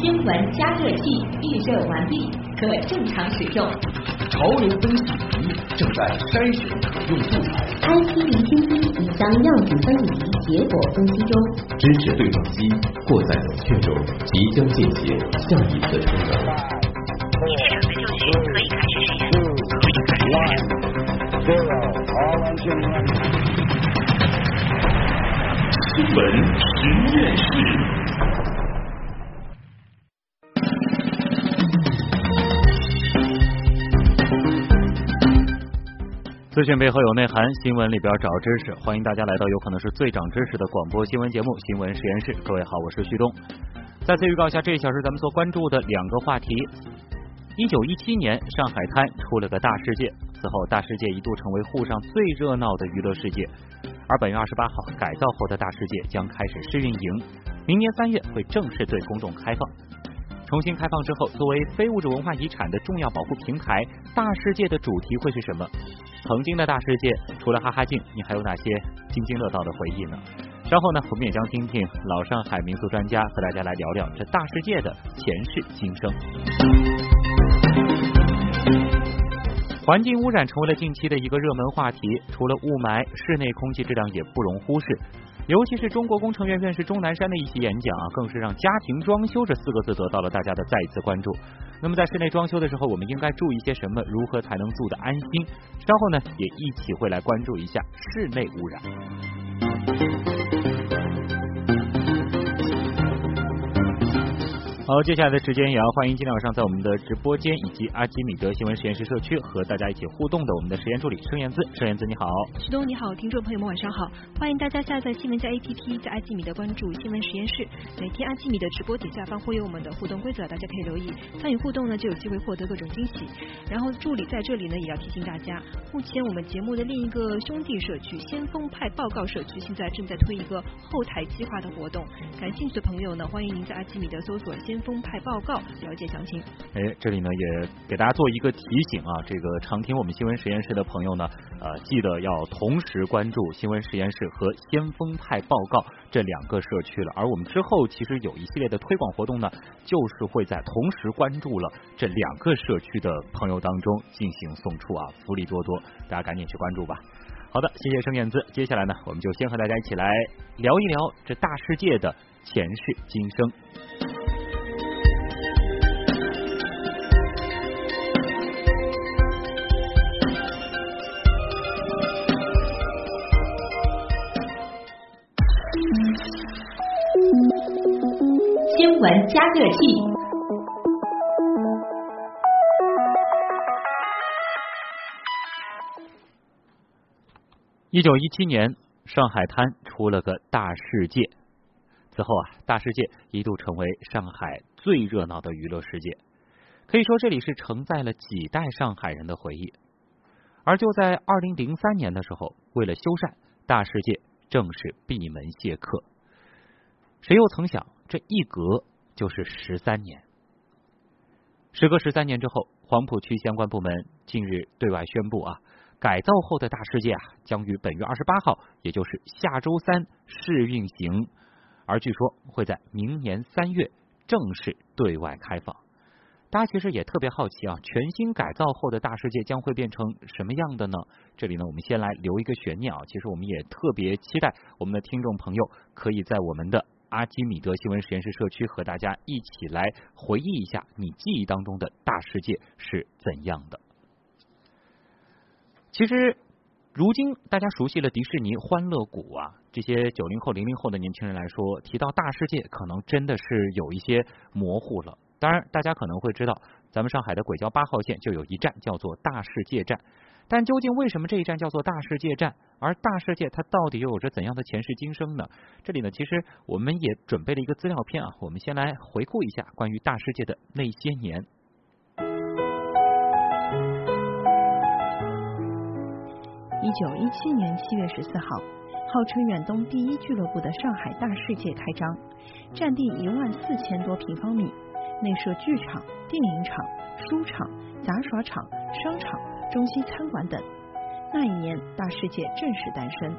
新闻加热器预热完毕，可正常使用。潮流分析仪正在筛选可用素材， IT 零星机已将样品分离结果分析中。知识对撞机或在冷却中即将进行下一次充能。两个就绪可以开始实验。 One, zero, all engine running. 新闻实验室。资讯背后有内涵，新闻里边找知识。欢迎大家来到有可能是最长知识的广播新闻节目《新闻实验室》。各位好，我是旭东。再次预告一下，这一小时咱们所关注的两个话题：一九一七年上海滩出了个大世界，此后大世界一度成为沪上最热闹的娱乐世界，而本月二十八号改造后的大世界将开始试运营，明年三月会正式对公众开放。重新开放之后，作为非物质文化遗产的重要保护平台，大世界的主题会是什么？曾经的大世界，除了哈哈镜，你还有哪些津津乐道的回忆呢？稍后呢，我们也将听听老上海民俗专家和大家来聊聊这大世界的前世今生。环境污染成为了近期的一个热门话题，除了雾霾，室内空气质量也不容忽视。尤其是中国工程院院士钟南山的一席演讲啊，更是让“家庭装修”这四个字得到了大家的再一次关注。那么在室内装修的时候，我们应该注意些什么？如何才能住得安心？稍后呢，也一起会来关注一下室内污染。好，接下来的时间也要欢迎尽量上在我们的直播间以及阿基米德新闻实验室社区和大家一起互动的我们的实验助理盛燕姿，盛燕姿你好。徐东你好，听众朋友们晚上好，欢迎大家下载新闻加 APP，在阿基米德关注新闻实验室，每天阿基米德直播底下方会有我们的互动规则，大家可以留意参与互动呢，就有机会获得各种惊喜。然后助理在这里呢，也要提醒大家，目前我们节目的另一个兄弟社区先锋派报告社区现在正在推一个后台计划的活动，感兴趣的朋友呢，欢迎您在阿基米德搜索先锋派报告了解详情。哎，这里呢也给大家做一个提醒啊，这个常听我们新闻实验室的朋友呢，呃，记得要同时关注新闻实验室和先锋派报告这两个社区了。而我们之后其实有一系列的推广活动呢，就是会在同时关注了这两个社区的朋友当中进行送出啊，福利多多，大家赶紧去关注吧。好的，谢谢盛燕姿。接下来呢，我们就先和大家一起来聊一聊这大世界的前世今生。新闻加热器。一九一七年，上海滩出了个大世界。此后啊，大世界一度成为上海最热闹的娱乐世界，可以说这里是承载了几代上海人的回忆。而就在二零零三年的时候，为了修缮，大世界正式闭门谢客。谁又曾想，这一隔就是十三年。时隔十三年之后，黄浦区相关部门近日对外宣布啊，改造后的大世界啊，将于本月二十八号，也就是下周三试运行，而据说会在明年三月正式对外开放。大家其实也特别好奇啊，全新改造后的大世界将会变成什么样的呢？这里呢，我们先来留一个悬念啊。其实我们也特别期待我们的听众朋友可以在我们的阿基米德新闻实验室社区和大家一起来回忆一下你记忆当中的大世界是怎样的。其实，如今大家熟悉了迪士尼、欢乐谷啊，这些九零后、零零后的年轻人来说，提到大世界，可能真的是有一些模糊了。当然，大家可能会知道，咱们上海的轨交八号线就有一站叫做大世界站。但究竟为什么这一站叫做大世界站？而大世界它到底又有着怎样的前世今生呢？这里呢，其实我们也准备了一个资料片啊，我们先来回顾一下关于大世界的那些年。一九一七年七月十四号，号称远东第一俱乐部的上海大世界开张，占地一万四千多平方米，内设剧场、电影场、书场、杂耍场、商场、中心餐馆等。那一年，大世界正式诞生。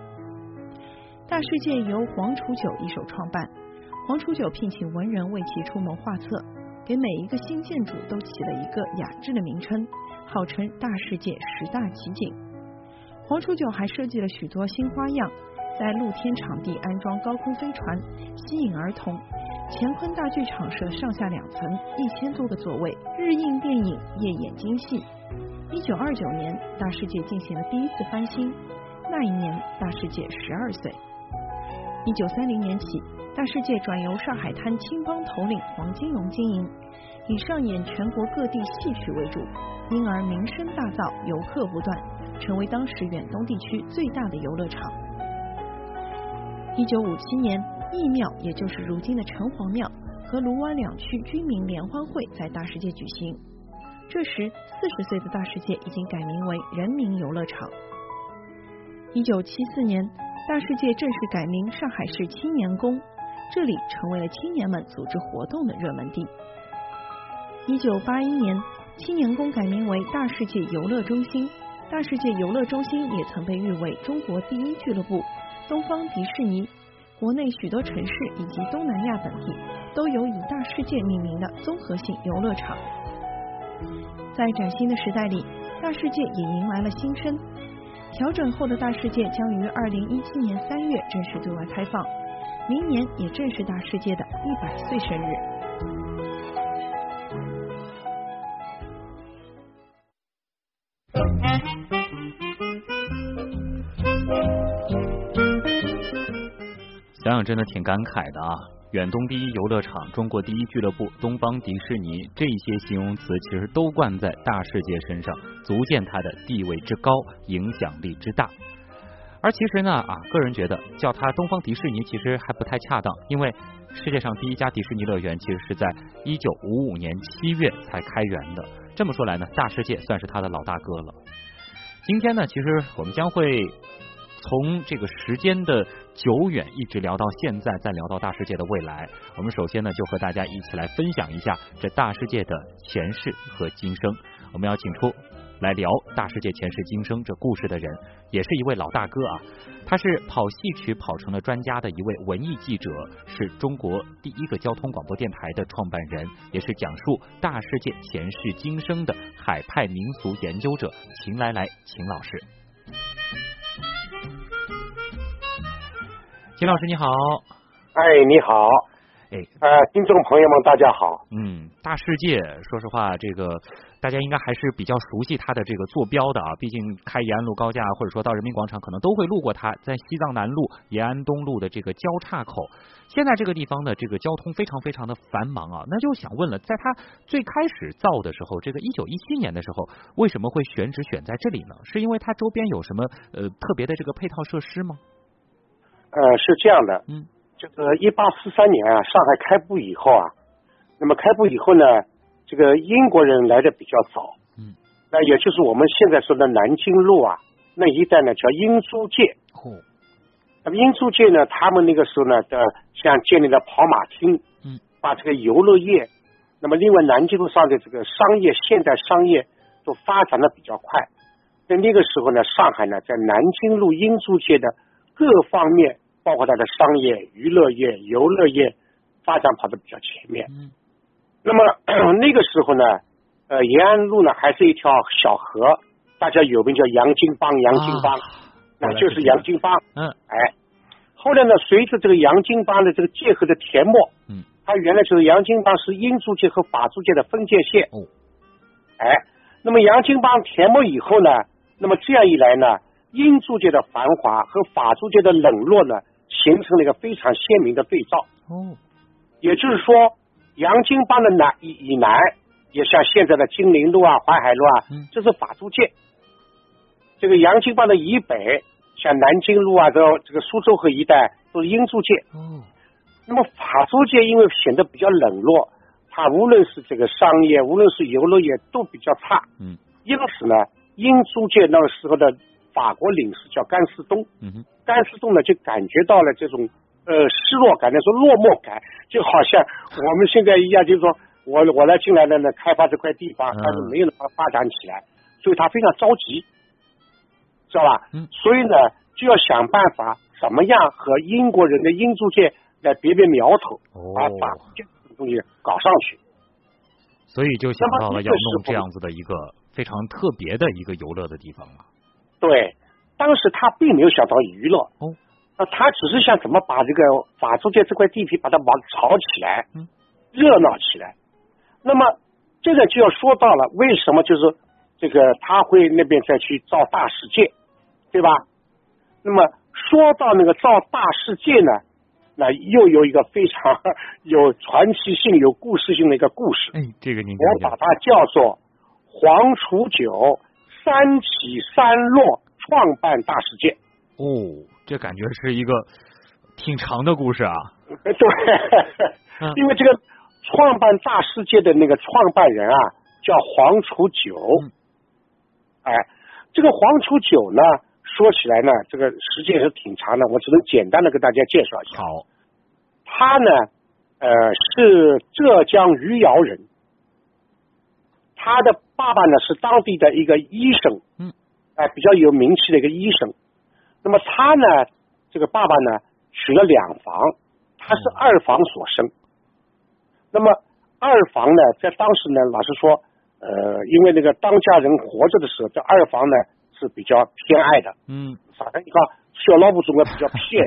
大世界由黄楚九一手创办，王楚九聘请文人为其出谋划策，给每一个新建筑都起了一个雅致的名称，号称“大世界十大奇景”。王楚九还设计了许多新花样，在露天场地安装高空飞船，吸引儿童。乾坤大剧场设上下两层，一千多个座位，日映电影，夜演京戏。一九二九年，大世界进行了第一次翻新，那一年大世界十二岁。一九三零年起，大世界转由上海滩青帮头领黄金荣经营，以上演全国各地戏曲为主，因而名声大噪，游客不断，成为当时远东地区最大的游乐场。一九五七年，义庙也就是如今的城隍庙和卢湾两区居民联欢会在大世界举行。这时，四十岁的大世界已经改名为人民游乐场。一九七四年，大世界正式改名上海市青年宫，这里成为了青年们组织活动的热门地。一九八一年，青年宫改名为大世界游乐中心。大世界游乐中心也曾被誉为中国第一俱乐部、东方迪士尼。国内许多城市以及东南亚等地都有以大世界命名的综合性游乐场。在崭新的时代里，大世界也迎来了新生。调整后的大世界将于二零一七年三月正式对外开放，明年也正是大世界的一百岁生日。想想真的挺感慨的啊！远东第一游乐场、中国第一俱乐部、东方迪士尼这些形容词，其实都冠在大世界身上，足见它的地位之高，影响力之大。而其实呢，啊，个人觉得叫它东方迪士尼其实还不太恰当，因为世界上第一家迪士尼乐园其实是在一九五五年七月才开园的。这么说来呢，大世界算是它的老大哥了。今天呢，其实我们将会从这个时间的久远一直聊到现在，再聊到大世界的未来。我们首先呢，就和大家一起来分享一下这大世界的前世和今生。我们要请出来聊大世界前世今生这故事的人，也是一位老大哥啊。他是跑戏曲跑成了专家的一位文艺记者，是中国第一个交通广播电台的创办人，也是讲述大世界前世今生的海派民俗研究者秦来来秦老师。秦老师你好，哎，你好，哎，呃，听众朋友们，大家好。嗯，大世界，说实话，这个大家应该还是比较熟悉它的这个坐标的啊。毕竟开延安路高架，或者说到人民广场，可能都会路过它。在西藏南路、延安东路的这个交叉口，现在这个地方的这个交通非常非常的繁忙啊。那就想问了，在它最开始造的时候，这个一九一七年的时候，为什么会选址选在这里呢？是因为它周边有什么呃特别的这个配套设施吗？呃，是这样的，嗯，这个一八四三年啊，上海开埠以后啊，那么开埠以后呢，这个英国人来的比较早，嗯，那也就是我们现在说的南京路啊那一带呢叫英租界，哦，那么英租界呢，他们那个时候呢的像建立了跑马厅，嗯，把这个游乐业，那么另外南京路上的这个商业现代商业都发展的比较快，在那个时候呢，上海呢在南京路英租界的各方面，包括它的商业、娱乐业、游乐业发展跑得比较前面。嗯那么 那个时候呢，呃，延安路呢还是一条小河，大家有名叫杨金帮，杨金帮，啊那就是杨金帮。嗯哎，后来呢，随着这个洋泾浜的这个界河的填没，嗯，它原来就是洋泾浜是英租界和法租界的分界线。哦，哎，那么洋泾浜填没以后呢，那么这样一来呢，英租界的繁华和法租界的冷落呢，形成了一个非常鲜明的对照。哦，也就是说，洋泾浜的南以以南，也像现在的金陵路啊、淮海路啊嗯，这是法租界。这个洋泾浜的以北，像南京路啊，这个这个苏州河一带都是英租界。哦，那么法租界因为显得比较冷落，它无论是这个商业，无论是游乐业都比较差。嗯，因此呢，英租界那个时候的法国领事叫甘思东，嗯哼，甘思东呢就感觉到了这种呃失落感，那种落寞感，就好像我们现在一样，就是说我我来进来了呢，开发这块地方嗯，但是没有能发展起来，所以他非常着急，知道吧？嗯所以呢，就要想办法怎么样和英国人的英租界来别别苗头，把哦，法这种东西搞上去。所以就想那么到了一要个时弄这候样子的一个非常特别的一个游乐的地方啊嘛。对，当时他并没有想到娱乐，哦，那他只是想怎么把这个法租界这块地皮把它往炒起来，嗯，热闹起来。那么这个就要说到了，为什么就是这个他会那边再去造大世界，对吧？那么说到那个造大世界呢，那又有一个非常 有传奇性、有故事性的一个故事。哎，这个您讲我讲把。它叫做黄楚九三起三落创办大世界。 哦，这感觉是一个挺长的故事啊。嗯对，因为这个创办大世界的那个创办人啊，叫黄楚九嗯。哎，这个黄楚九呢，说起来呢，这个时间是挺长的，我只能简单的跟大家介绍一下。好，他呢，呃，是浙江余姚人，他的爸爸呢是当地的一个医生，嗯，哎、比较有名气的一个医生。那么他呢，这个爸爸呢娶了两房，他是二房所生。那么二房呢，在当时呢，老实说，呃，因为那个当家人活着的时候，这二房呢是比较偏爱的，嗯，反正你看小老虎总归比较骗，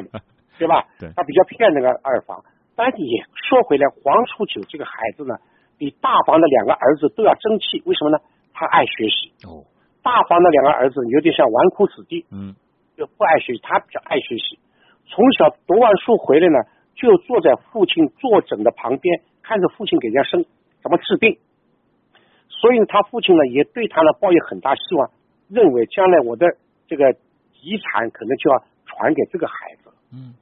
对吧？对他比较骗那个二房。但是也说回来，黄楚九这个孩子呢，比大房的两个儿子都要争气。为什么呢？他爱学习。哦，大房的两个儿子有点像纨绔子弟，嗯，就不爱学习，他比较爱学习。从小读完书回来呢，就坐在父亲坐诊的旁边，看着父亲给人家生怎么治病。所以呢，他父亲呢也对他呢抱有很大希望，认为将来我的这个遗产可能就要传给这个孩子。嗯，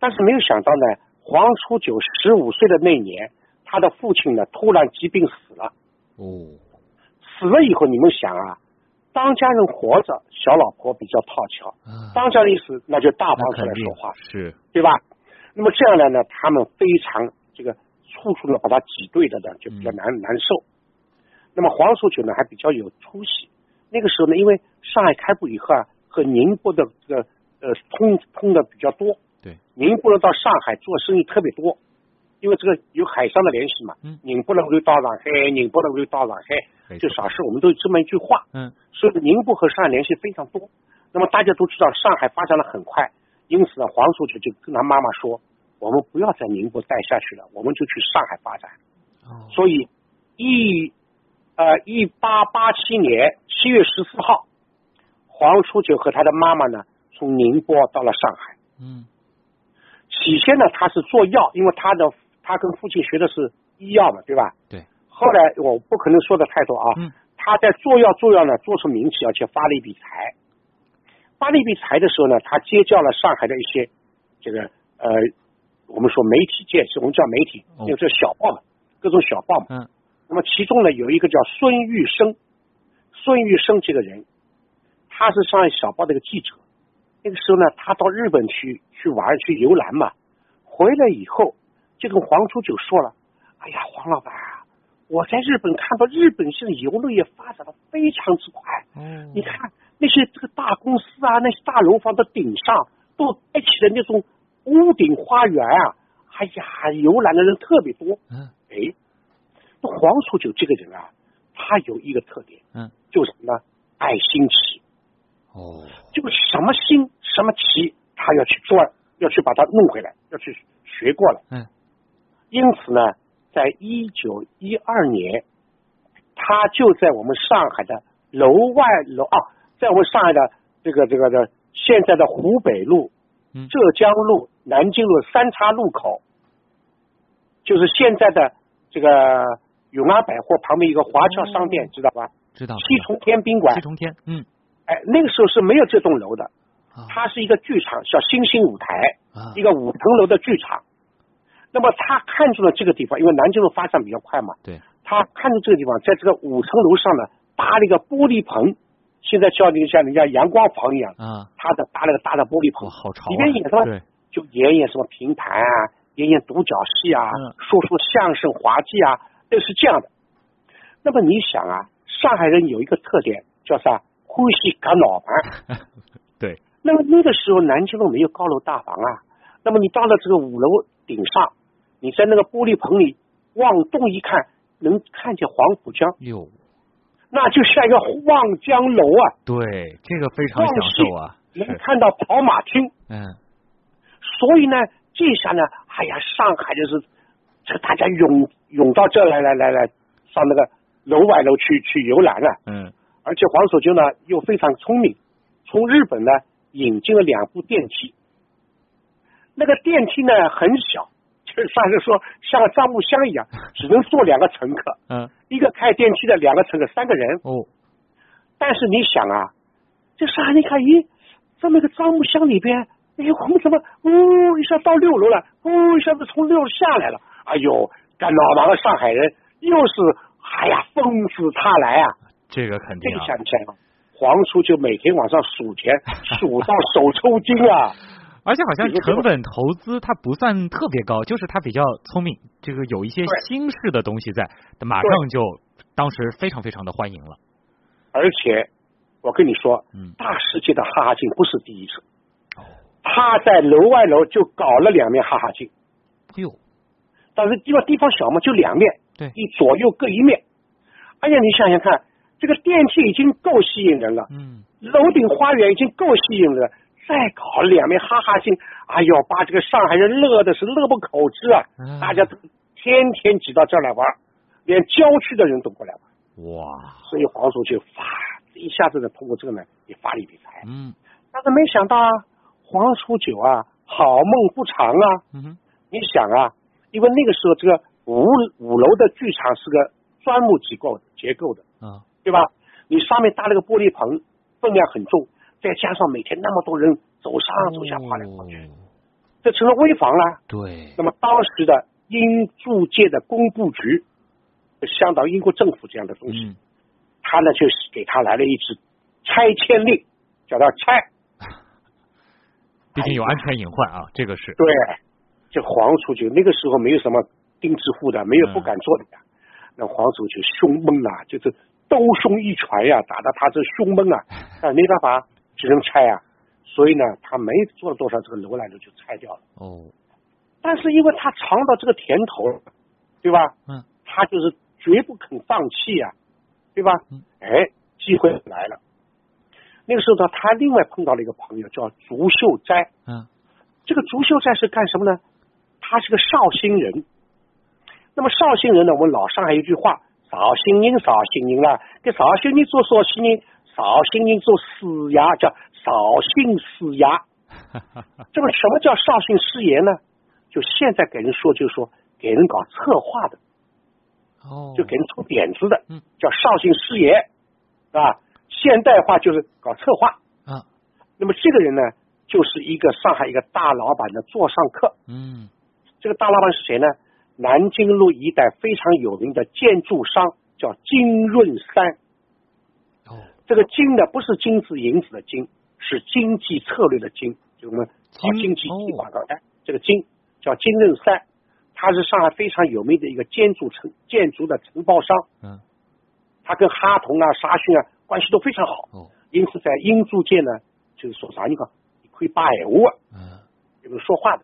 但是没有想到呢，黄初九十五岁的那年，他的父亲呢突然疾病死了。哦，死了以后，你们想啊，当家人活着，小老婆比较讨巧，啊当家人一死，那就大方那出肯来定说话，是，对吧？那么这样来呢，他们非常这个处处呢把他挤兑的呢，就比较难、难受。那么黄楚九呢还比较有出息，那个时候呢，因为上海开埠以后啊，和宁波的这个呃通通的比较多，对，宁波人到上海做生意特别多，因为这个有海上的联系嘛，嗯宁波人会到上海，宁波人会到上海，没就错少是我们都有这么一句话，嗯，所以宁波和上海联系非常多。那么大家都知道上海发展的很快，因此呢，黄楚九就跟他妈妈说，我们不要在宁波待下去了，我们就去上海发展。哦，所以一呃一八八七年七月十四号，黄楚九和他的妈妈呢从宁波到了上海。嗯，起先呢，他是做药，因为他的他跟父亲学的是医药嘛，对吧？对。后来我不可能说的太多啊，嗯他在做药做药呢，做出名气，而且发了一笔财。发了一笔财的时候呢，他结交了上海的一些这个呃，我们说媒体界，我们叫媒体，哦有这小报嘛，各种小报嘛。嗯。那么其中呢，有一个叫孙玉生，孙玉生这个人，他是上海小报的一个记者。那个时候呢，他到日本去去玩去游览嘛，回来以后就跟黄楚九说了：“哎呀，黄老板啊，我在日本看到日本现在游乐业发展的非常之快，哦你看那些这个大公司啊，那些大楼房的顶上都盖起了那种屋顶花园啊，哎呀，游览的人特别多。嗯，哎，那黄楚九这个人啊，他有一个特点，嗯，就是什么呢？爱新奇。哦，就是什么心什么棋，他要去做，要去把它弄回来，要去学过来。嗯，因此呢，在一九一二年，他就在我们上海的楼外楼啊，在我们上海的这个这个的现在的湖北路、嗯浙江路、南京路三岔路口，就是现在的这个永安百货旁边一个华侨商店，知道吧？知道，西知重天宾道馆嗯啊西，重天，嗯，哎，那个时候是没有这栋楼的。啊它是一个剧场，叫星星舞台，啊一个五层楼的剧场。那么他看中了这个地方，因为南京路发展比较快嘛，对，他看中这个地方，在这个五层楼上呢搭了一个玻璃棚，现在叫那个像人家阳光房一样，啊，他的搭了个大的玻璃哇，，棚好潮里面演啊，什对么，就演演什么评弹啊，演演独角戏啊，嗯说说相声滑稽啊，都是这样的。那么你想啊，上海人有一个特点叫啥？欢喜赶脑门儿， 对，那么那个时候南京路没有高楼大房啊，那么你到了这个五楼顶上，你在那个玻璃棚里往东一看，能看见黄浦江，哟，那就像一个望江楼啊，对，这个非常享受啊，能是，看到跑马厅。嗯，所以呢，这下呢，哎呀，上海就是这大家涌涌到这儿来来来来，上那个楼外楼去去游览啊。嗯，而且黄守军呢又非常聪明，从日本呢引进了两部电梯。那个电梯呢很小，就算是说像个樟木箱一样，只能坐两个乘客，嗯，一个开电梯的，两个乘客，三个人。哦，但是你想啊，这上海你看，咦，这么一个樟木箱里边，哎，我们怎么呜一下到六楼了？呜一下子从六楼下来了？哎呦，干老毛的上海人又是哎呀，丰子踏来啊！这个肯这定个啊，想不起来了。黄叔就每天晚上数钱，数到手抽筋啊！ 而且好像比如说成本投资它不算特别高，就是它比较聪明，这个有一些对新式的东西在，马上就当时非常非常的欢迎了，而且我跟你说，嗯大世界的哈哈镜不是第一次，他在楼外楼就搞了两面哈哈镜，哎呦，但是因为地方小嘛，就两面，对一左右各一面。而且你想想看，这个电梯已经够吸引人了，嗯，楼顶花园已经够吸引人了，再搞两面哈哈镜，哎呦，把这个上海人乐的是乐不口支啊！嗯大家都天天挤到这儿来玩儿，连郊区的人都过来玩儿，哇，所以黄叔就发一下子呢，通过这个呢也发了一笔财。嗯但是没想到啊，黄叔九啊，好梦不长啊，嗯哼，你想啊，因为那个时候这个五五楼的剧场是个砖木结构结构的，啊，对吧？你上面搭了个玻璃棚，分量很重，再加上每天那么多人走嗯上走下跑来跑去，哦这成了危房了。对，那么当时的英租界的工部局，就相当于英国政府这样的东西，嗯，他呢就是给他来了一支拆迁令，叫他拆。毕竟有安全隐患啊，这个是，对，这黄楚就那个时候没有什么钉子户的，没有嗯不敢做的呀。那黄楚就胸闷啊，就是兜胸一拳呀、打得他这胸闷 啊，但没办法，只能拆啊。所以呢，他没做多少这个楼来楼就拆掉了。哦，但是因为他尝到这个甜头了，对吧？嗯，他就是绝不肯放弃呀、对吧嗯？哎，机会来了。那个时候呢，他另外碰到了一个朋友叫竹秀斋，嗯，这个竹秀斋是干什么呢？他是个绍兴人。那么绍兴人呢，我们老上海有句话：绍兴人，绍兴人啦，给绍兴人做绍兴人，绍兴人做师爷，叫绍兴师爷。啊这么什么叫绍兴师爷呢？就现在给人说，就是说给人搞策划的，哦，就给人出点子的嗯，叫绍兴师爷，是吧？现代化就是搞策划。啊，那么这个人呢，就是一个上海一个大老板的座上客。嗯，这个大老板是谁呢？南京路一带非常有名的建筑商叫金润三。哦，这个金呢，不是金子银子的金，是经济策略的经，就我们搞金经济哦计划的。哎，这个金叫金润三，他是上海非常有名的一个建筑承建筑的承包商。嗯，他跟哈同啊、沙逊啊关系都非常好，哦，因此在英租界呢，就是说啥你讲，你可以把闲话啊。嗯，这个说话的。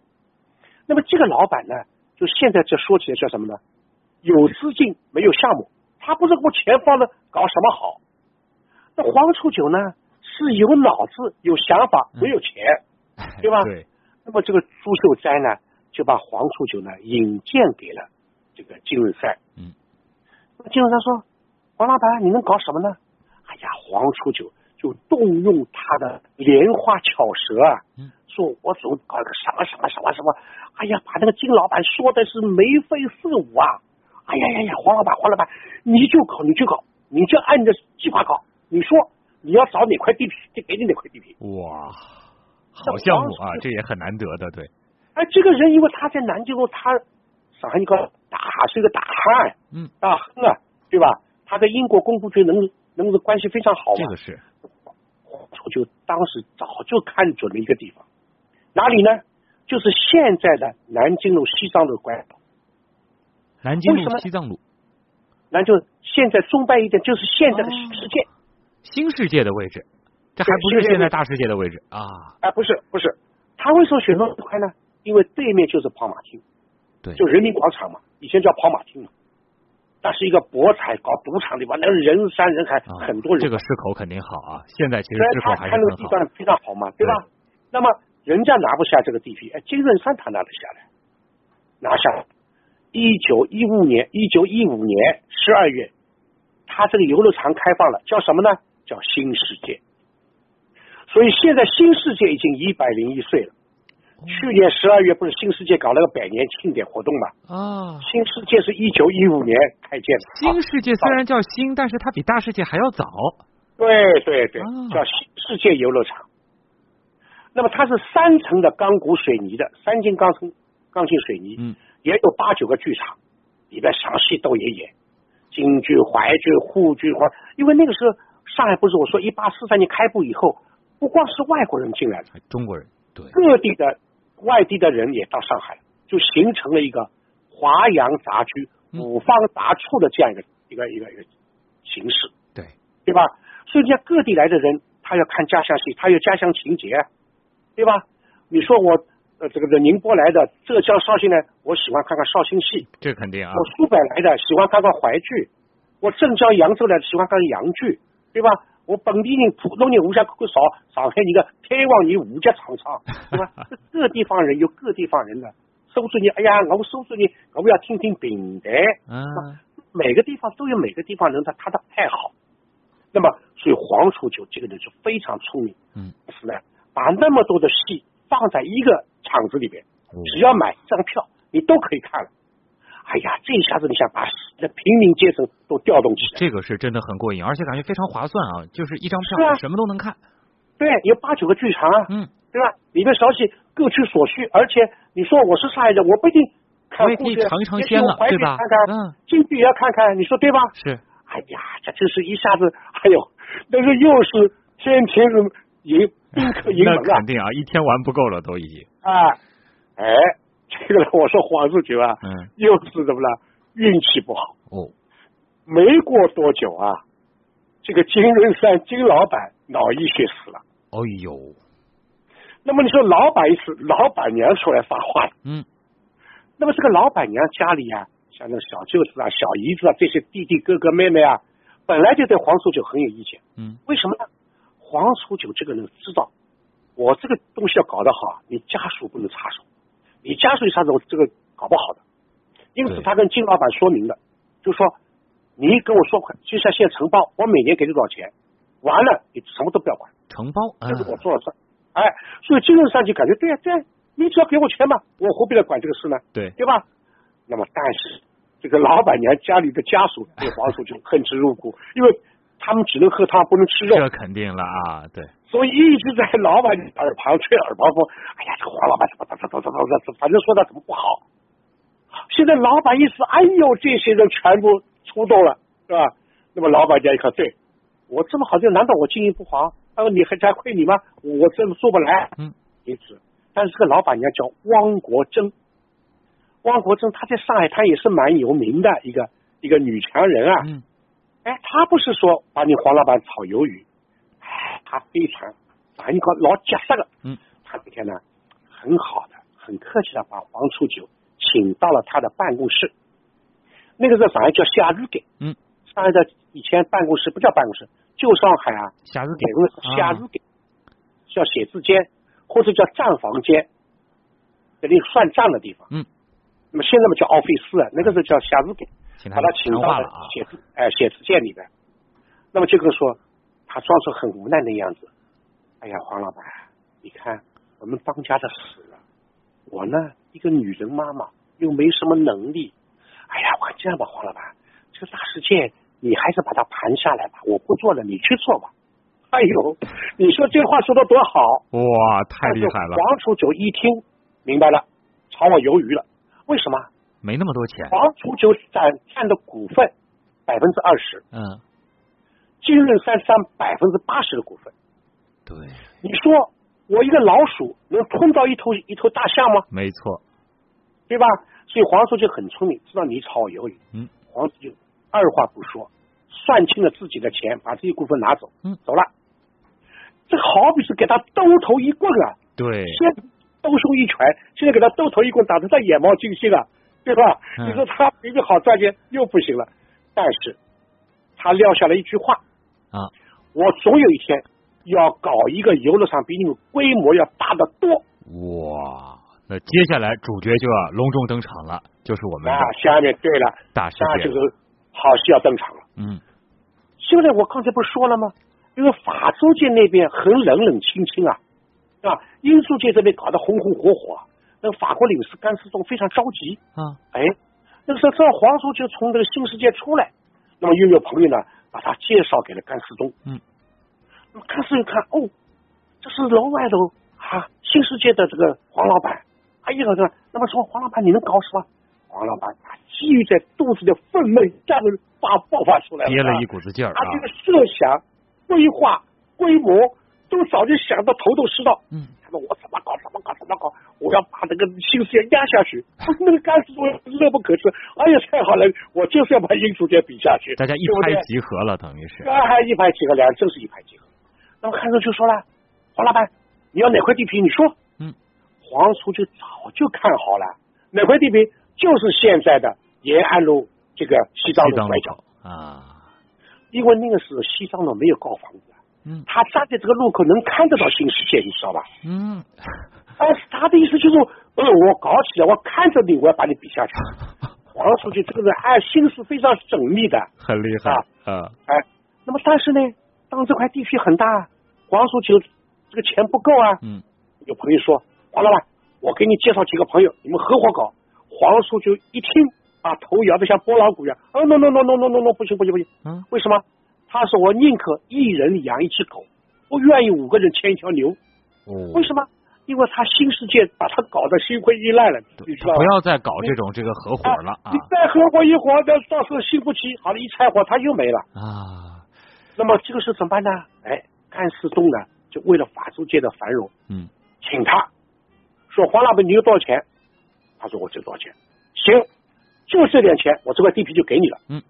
那么这个老板呢，就现在这说起来叫什么呢？有资金没有项目，他不是我钱放着搞什么好。那黄楚九呢，是有脑子、有想法，没有钱。对吧对，那么这个朱秀斋呢，就把黄楚九呢引荐给了这个金润三。嗯，那么金润三说：“黄老板，你能搞什么呢？”哎呀，黄楚九就动用他的莲花巧舌啊，嗯说我总搞一个什么什么什么什么，哎呀，把那个金老板说的是眉飞色舞啊！哎呀呀呀，黄老板，黄老板，你就搞，你就搞，你就按着计划搞。你说你要找哪块地皮，就给你哪块地皮。哇，好项目啊，这也很难得的，对，哎，这个人因为他在南京路，他上海你搞大是一个大汉，嗯，大亨啊，对吧？他在英国工部局能能够关系非常好这嘛，个是，我就当时早就看准了一个地方，哪里呢？就是现在的南京路西藏路关口，南京为什路么西藏路，那就现在中办一点，就是现在的哦世界，新世界的位置，这还不是现在大世界的位置啊？哎，不是不是，他为什么选那么快呢？因为对面就是跑马厅，对，就人民广场嘛，以前叫跑马厅嘛，那是一个博彩搞赌场的地方，那人山人海，啊很多人。这个市口肯定好啊。现在其实虽然市他口还是看那很个地好，段非常好嘛，对吧？那么人家拿不下这个地皮，哎，金润山他拿得下来，拿下来。一九一五年，一九一五年十二月，他这个游乐场开放了，叫什么呢？叫新世界。所以现在新世界已经一百零一岁了。哦去年十二月不是新世界搞了个百年庆典活动嘛？啊。新世界是一九一五年开建的。啊新世界虽然叫新，但是它比大世界还要早。对对对啊，叫新世界游乐场。那么它是三层的钢骨水泥的，三斤钢筋钢筋水泥，嗯，也有八九个剧场，里边详细都也演，京剧、淮剧、沪剧，或因为那个时候上海不是我说一八四三年开埠以后，不光是外国人进来了，中国人对各地的外地的人也到上海了，就形成了一个华洋杂居、嗯五方杂处的这样一个一个一个一个形式。对，对吧？所以人家各地来的人，他要看家乡戏，他有家乡情节，对吧？你说我呃这个这宁波来的，浙江绍兴来，我喜欢看看绍兴戏；这肯定啊。我苏北来的喜欢看看淮剧；我镇江、扬州来的喜欢看看洋剧，对吧？我本地人、普通人互相口口少，上海人个开往你五家尝尝，对吧？这各地方人有各地方人的，收拾你，哎呀，我收拾你，我要听听平台，嗯，每个地方都有每个地方人的他的爱好。那么，所以黄楚九这个人就非常聪明，嗯，是呢，把那么多的戏放在一个场子里边，哦只要买一张票，你都可以看了。哎呀，这一下子你想把那平民阶层都调动起来，这个是真的很过瘾，而且感觉非常划算啊！就是一张是票啊什么都能看。对，有八九个剧场啊，嗯，对吧？里面熟悉各取所需，而且你说我是上海人，我不一定看我也可沪以剧，尝一尝也许鲜我了淮对剧吧看看，嗯，京剧也要看看，你说对吧？是哎呀，这真是一下子，哎呦，那是又是天天是迎宾客迎门嗯那啊肯定啊，一天玩不够了都已经。啊！哎，这个我说黄世九啊，嗯，又是怎么了？运气不好，哦，没过多久啊，这个金润山金老板脑溢血死了。哎呦，那么你说老板一死，老板娘出来发话了嗯，那么这个老板娘家里啊，像那个小舅子啊、小姨子啊这些弟弟哥哥妹妹啊，本来就对黄楚九很有意见。嗯，为什么呢？黄楚九这个人知道，我这个东西要搞得好，你家属不能插手，你家属一插手，这个搞不好的。因此，对他跟金老板说明了，就说你跟我说款，就像现在承包，我每年给你多少钱，完了你什么都不要管。承包，嗯这是我做的事儿。哎，所以金融上就感觉对呀、啊对呀、你只要给我钱嘛，我何必来管这个事呢？对对吧？那么但是这个老板娘家里的家属对黄鼠就恨之入骨，因为他们只能喝汤不能 吃肉，这肯定了啊，对，所以一直在老板耳旁吹耳旁风。哎呀，这个黄老板怎么怎么怎么怎么怎么，反正说他怎么不好。现在老板一死，哎呦，这些人全部出动了，是吧？那么老板娘一看，对我这么好，就难道我经营不好？他说你还还亏你吗？我这么做不来，嗯，因此，但是这个老板娘叫汪国珍，汪国珍她在上海滩也是蛮有名的一个一个女强人啊，嗯，哎，他不是说把你黄老板炒鱿鱼，哎，他非常，反正个老夹实的。嗯，他那天呢，很好的、很客气的把黄楚九请到了他的办公室。那个时候上海叫夏日给，嗯，上海的以前办公室不叫办公室，就上海啊，下次美国人给夏日给，啊叫写字间或者叫账房间，给你算账的地方。嗯，那么现在嘛叫 office 啊，那个时候叫夏日给。请他把他请谈到话了了啊，写字哎写字间里边。那么这个说，他装出很无奈的样子。哎呀，黄老板，你看我们当家的死了，我呢一个女人妈妈又没什么能力。哎呀，我这样吧，黄老板，这个大事件你还是把它盘下来吧，我不做了，你去做吧。哎呦，你说这话说的多好！哇，太厉害了，黄楚九一听明白了，炒我鱿鱼了。为什么？没那么多钱，黄楚九占占的股份百分之二十，嗯，金润山占百分之八十的股份。对，你说我一个老鼠能吞到一头一头大象吗？没错，对吧？所以黄叔就很聪明，知道你炒我鱿鱼。嗯，黄叔就二话不说，算清了自己的钱，把自己股份拿走。嗯，走了。这好比是给他兜头一棍啊！对，先兜收一拳，现在给他兜头一棍，打得他眼冒金星了，对吧？嗯你说他明明好赚钱又不行了，但是他撂下了一句话啊，我总有一天要搞一个游乐场比你们规模要大得多哇，那接下来主角就要隆重登场了，就是我们啊！的下面对了，大世那界这了。个好戏要登场了。嗯现在我刚才不是说了吗？因为法租界那边很冷冷清清啊，啊，英租界这边搞得红红火火啊，那个法国领事甘思忠非常着急，啊，哎，那个时候正好皇叔就从这个新世界出来，那么又有朋友呢把他介绍给了甘思忠，嗯，那么甘思忠一看哦，这是楼外楼啊，新世界的这个黄老板，哎呀，这那么说黄老板你能搞什么？黄老板他基于在肚子的愤懑一下子发爆发出来了，憋啊了一股子劲儿他这啊个，设想、规划、规模都早就想到头头是道。嗯，他说我怎么搞怎么搞怎么搞，我要把这个新世界压下去。 那个甘肃乐不可支，哎呀太好了，我就是要把英租界比下去。大家一对不拍对即合了，等于是啊，一拍即合，两人真是一拍即合。那么看叔就说了，黄老板，你要哪块地皮？你说。嗯。黄叔就早就看好了，哪块地皮就是现在的延安路这个西藏西路藏拐路角。口啊，因为那个时候西藏路没有高房子，嗯他站在这个路口能看得到新世界，你知道吧？嗯，但是他的意思就是，呃，我搞起来，我看着你，我要把你比下去。黄书记这个人，哎，心思非常缜密的，很厉害啊，哎，那么但是呢，当这块地皮很大，黄书记这个钱不够啊。嗯有朋友说，黄老板，我给你介绍几个朋友，你们合伙搞。黄叔就一听，把头摇得像拨浪鼓一样，啊，no no no no no no no，不行不行不行，嗯，为什么？他说我宁可一人养一只狗，不愿意五个人牵一条牛。哦，为什么？因为他新世界把他搞得心灰意烂了，你知道不吧？要再搞这种这个合伙了啊你再合伙一伙，那到时候心不齐，好了，一拆伙他又没了。啊，那么这个时候怎么办呢？哎，甘思东呢，就为了法租界的繁荣，嗯请他说黄老板，你有多少钱？他说我就多少钱？行，就这点钱，我这块地皮就给你了。嗯，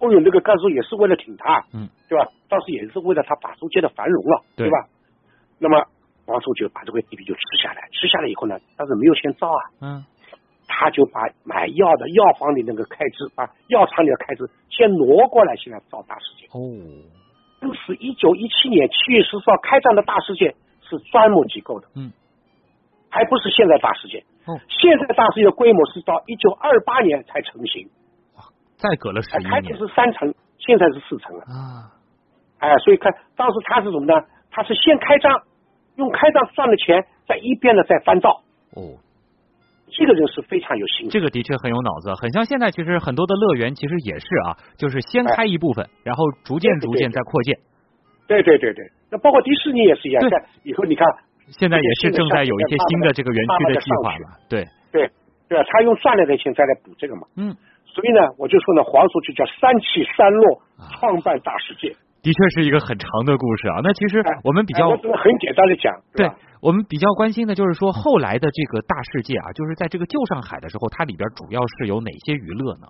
哦呦，那个甘肃也是为了挺他，嗯，对吧？当时也是为了他法租界的繁荣了，对吧？那么王叔就把这块地皮就吃下来，吃下来以后呢，但是没有先造啊，嗯他就把买药的药房里那个开支，把药厂里的开支先挪过来，现在造大世界。哦，当时一九一七年七月十四号开战的大事件是专门机构的，嗯，还不是现在大事件。哦现在大事件的规模是到一九二八年才成型，再隔了十哎，开一始年是三层，现在是四层了，啊，哎，所以看当时他是什么呢？他是先开张，用开张赚的钱，再一边呢再翻造，哦，这个人是非常有心思。这个的确很有脑子，很像现在其实很多的乐园其实也是啊，就是先开一部分，然后逐渐对对逐渐哎对再扩建。对对对对，那包括迪士尼也是一样，对在以后你看现在也是正在有一些新的这个园区的计划了，对，对对吧？啊他用赚来的钱再来补这个嘛。嗯，所以呢，我就说呢，黄叔就叫三起三落啊，创办大世界。的确是一个很长的故事啊。那其实哎我们比哎较我只能很简单的讲，对吧？我们比较关心的就是说后来的这个大世界啊，就是在这个旧上海的时候，它里边主要是有哪些娱乐呢？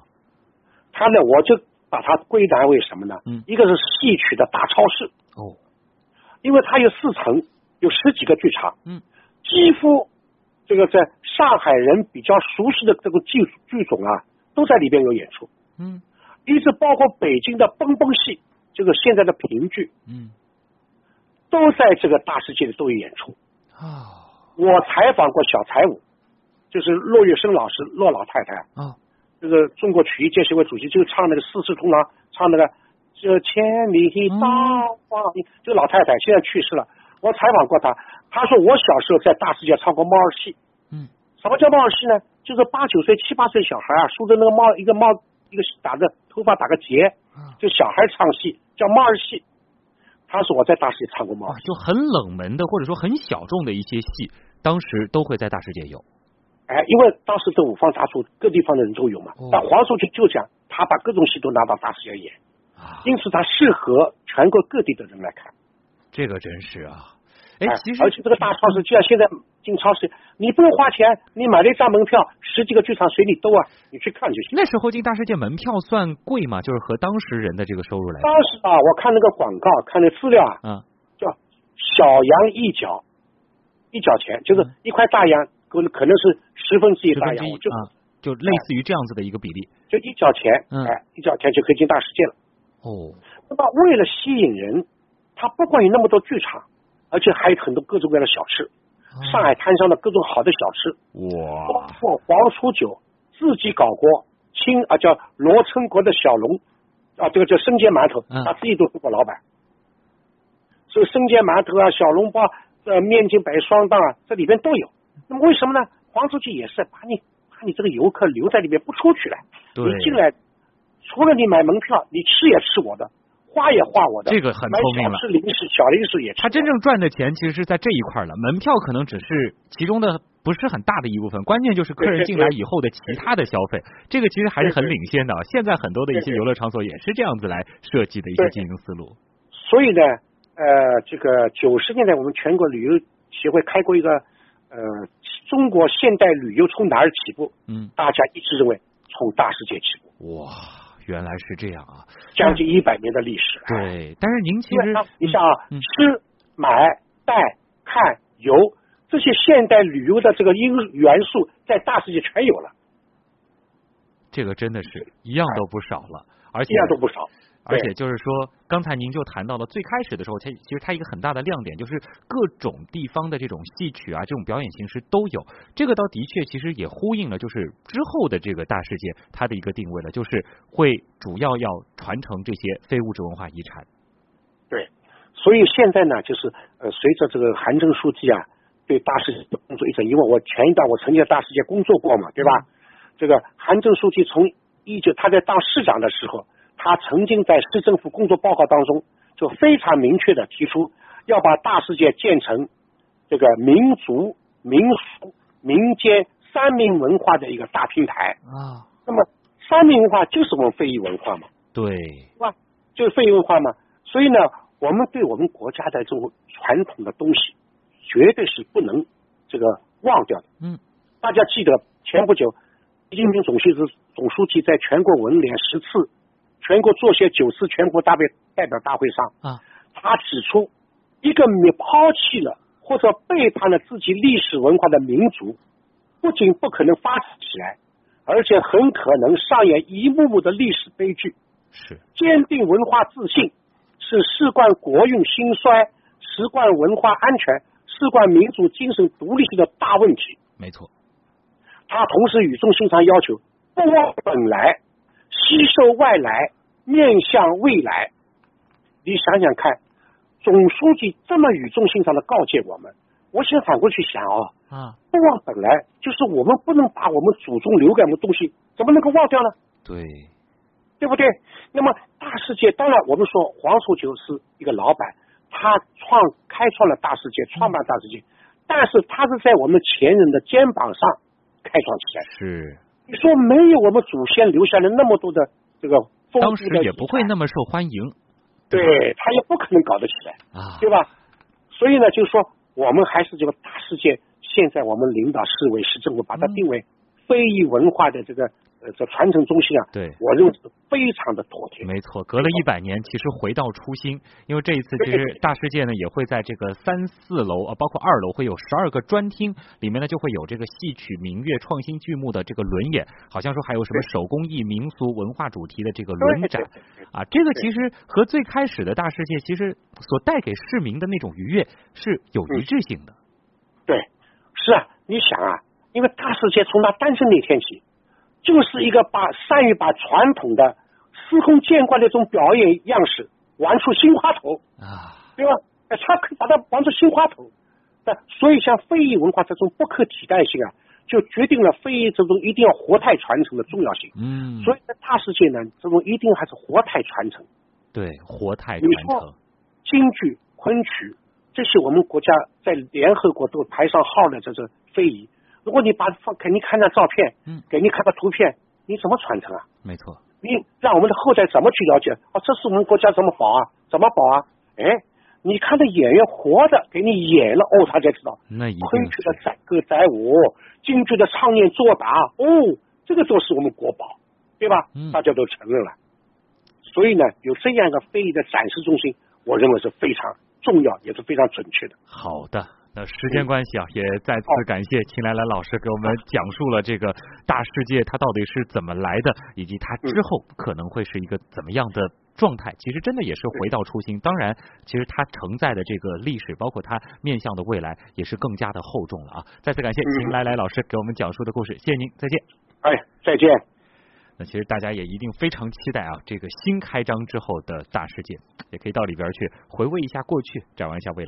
他呢，我就把它归纳为什么呢？嗯一个是戏曲的大超市，哦，因为它有四层，有十几个剧场，嗯，几乎这个在上海人比较熟悉的这个剧剧种啊，都在里边有演出，嗯一直包括北京的蹦蹦戏，这个现在的评剧，嗯都在这个大世界里都有演出。啊我采访过小财舞，就是骆月笙老师，骆老太太，哦这个中国曲艺界协会主席，就唱那个四世同堂，唱那个这千里嗯刀光明，这个老太太现在去世了。我采访过她，她说我小时候在大世界唱过猫儿戏。嗯，什么叫猫儿戏呢？就是八九岁、七八岁小孩啊，梳着那个猫一个猫一个打着头发打个结啊，就小孩唱戏叫猫儿戏。她说我在大世界唱过猫儿哇，啊就很冷门的或者说很小众的一些戏，当时都会在大世界有。哎，因为当时这五方杂处各地方的人都有嘛哦，但黄叔就就讲他把各种戏都拿到大世界演，啊因此他适合全国各地的人来看。这个真是啊，哎哎，其实而且这个大超市，就像现在进超市，你不用花钱，你买了一张门票，十几个剧场随你兜啊，你去看就行。那时候进大世界门票算贵吗？就是和当时人的这个收入来比当时啊，我看那个广告，看那资料啊，啊叫小羊一角，一角钱，就是嗯一块大洋，可能可能是十分之一十大分洋之，一我就哎啊，就类似于这样子的一个比例。就一角钱，嗯哎，一角钱就可以进大世界了。哦，那么为了吸引人，他不光有那么多剧场，而且还有很多各种各样的小吃，嗯上海摊上的各种好的小吃，包哇，括黄鼠酒、自己搞锅、青啊叫罗春国的小龙啊，这个叫生煎馒头嗯，他自己都是个老板，所以生煎馒头啊、小笼包、呃面筋白双档啊，这里边都有。那么为什么呢？黄鼠酒也是把你把你这个游客留在里面不出去了，对你进来，除了你买门票，你吃也吃我的，花也花我的，这个很聪明了买小吃零食、小零食也吃我的。他真正赚的钱其实是在这一块儿了，门票可能只是其中的不是很大的一部分，关键就是客人进来以后的其他的消费，这个其实还是很领先的啊。现在很多的一些游乐场所也是这样子来设计的一些对经营思路。所以呢，呃，这个九十年代我们全国旅游协会开过一个呃中国现代旅游从哪儿起步，嗯，大家一致认为从大世界起步，哇，原来是这样啊。将近一百年的历史。，对，但是您其因为实它你像啊，嗯嗯吃、买、带、看、游这些现代旅游的这个因元素，在大世界全有了，这个真的是一样都不少了，而且一样都不少。而对且就是说，刚才您就谈到了最开始的时候，它其实它一个很大的亮点就是各种地方的这种戏曲啊，这种表演形式都有。这个倒的确其实也呼应了，就是之后的这个大世界它的一个定位了，就是会主要要传承这些非物质文化遗产。对，所以现在呢，就是呃，随着这个韩正书记啊，对大世界的工作一直，因为我前一段我曾经在大世界工作过嘛，对吧？这个韩正书记从一九他在当市长的时候，他曾经在市政府工作报告当中就非常明确的提出，要把大世界建成这个民族、民俗、民间三民文化的一个大平台。啊，那么三民文化就是我们非遗文化嘛。对，是吧？啊就是非遗文化嘛。所以呢，我们对我们国家的这种传统的东西，绝对是不能这个忘掉的。嗯，大家记得前不久，习近平总书记总书记在全国文联十次全国作协九次全国代表代表大会上啊，他指出，一个你抛弃了或者背叛了自己历史文化的民族，不仅不可能发展起来，而且很可能上演一幕幕的历史悲剧。是坚定文化自信，是事关国运兴衰、事关文化安全、事关民族精神独立性的大问题。没错。他同时语重心长要求，不忘本来，吸收外来，面向未来。你想想看，总书记这么语重心长的告诫我们，我想反过去想哦，啊，不忘本来就是我们不能把我们祖宗留给我们的东西，怎么能够忘掉呢？对，对不对？那么大世界，当然我们说黄楚九是一个老板，他创开创了大世嗯界，创办大世界，但是他是在我们前人的肩膀上开创起来的。是你说没有我们祖先留下了那么多的这个丰富的当时也不会遗产那么受欢迎对他也不可能搞得起来，啊对。吧？所以呢，就是说我们还是这个大世界，现在我们领导市委市政府把它嗯定为非遗文化的这个呃这传承中心啊，对我认为是非常的妥帖。没错，隔了一百年，其实回到初心，因为这一次其对实大世界呢也会在这个三四楼啊，包括二楼会有十二个专厅，里面呢就会有这个戏曲、民乐、创新剧目的这个轮演，好像说还有什么手工艺、民俗文化主题的这个轮对展对对对啊，这个对其实和最开始的大世界其实所带给市民的那种愉悦是有嗯一致性的，对，是啊，你想啊，因为大世界从他诞生那天起，就是一个把善于把传统的司空见惯的这种表演样式玩出新花头，啊，对吧？哎，他可以把它玩出新花头。那所以，像非遗文化这种不可替代性啊，就决定了非遗这种一定要活态传承的重要性。嗯，所以在大世界呢，这种一定还是活态传承。对活态你传说承，京剧、昆曲，这是我们国家在联合国都排上号的这种非遗。如果你把放给你看到照片，嗯给你看到图片，你怎么传承啊？没错，你让我们的后代怎么去了解？哦，这是我们国家怎么保啊？怎么保啊？哎，你看到演员活的给你演了，哦，他才知道那一昆定曲的是载歌载舞，京剧的唱念做打，哦，这个都是我们国宝，对吧？嗯大家都承认了。所以呢，有这样一个非遗的展示中心，我认为是非常重要，也是非常准确的。好的，那时间关系啊，也再次感谢秦岚岚老师给我们讲述了这个大世界它到底是怎么来的，以及它之后可能会是一个怎么样的状态。其实真的也是回到初心，当然，其实它承载的这个历史，包括它面向的未来，也是更加的厚重了啊！再次感谢秦岚岚老师给我们讲述的故事，谢谢您，再见。哎，再见。那其实大家也一定非常期待啊，这个新开张之后的大世界，也可以到里边去回味一下过去，展望一下未来。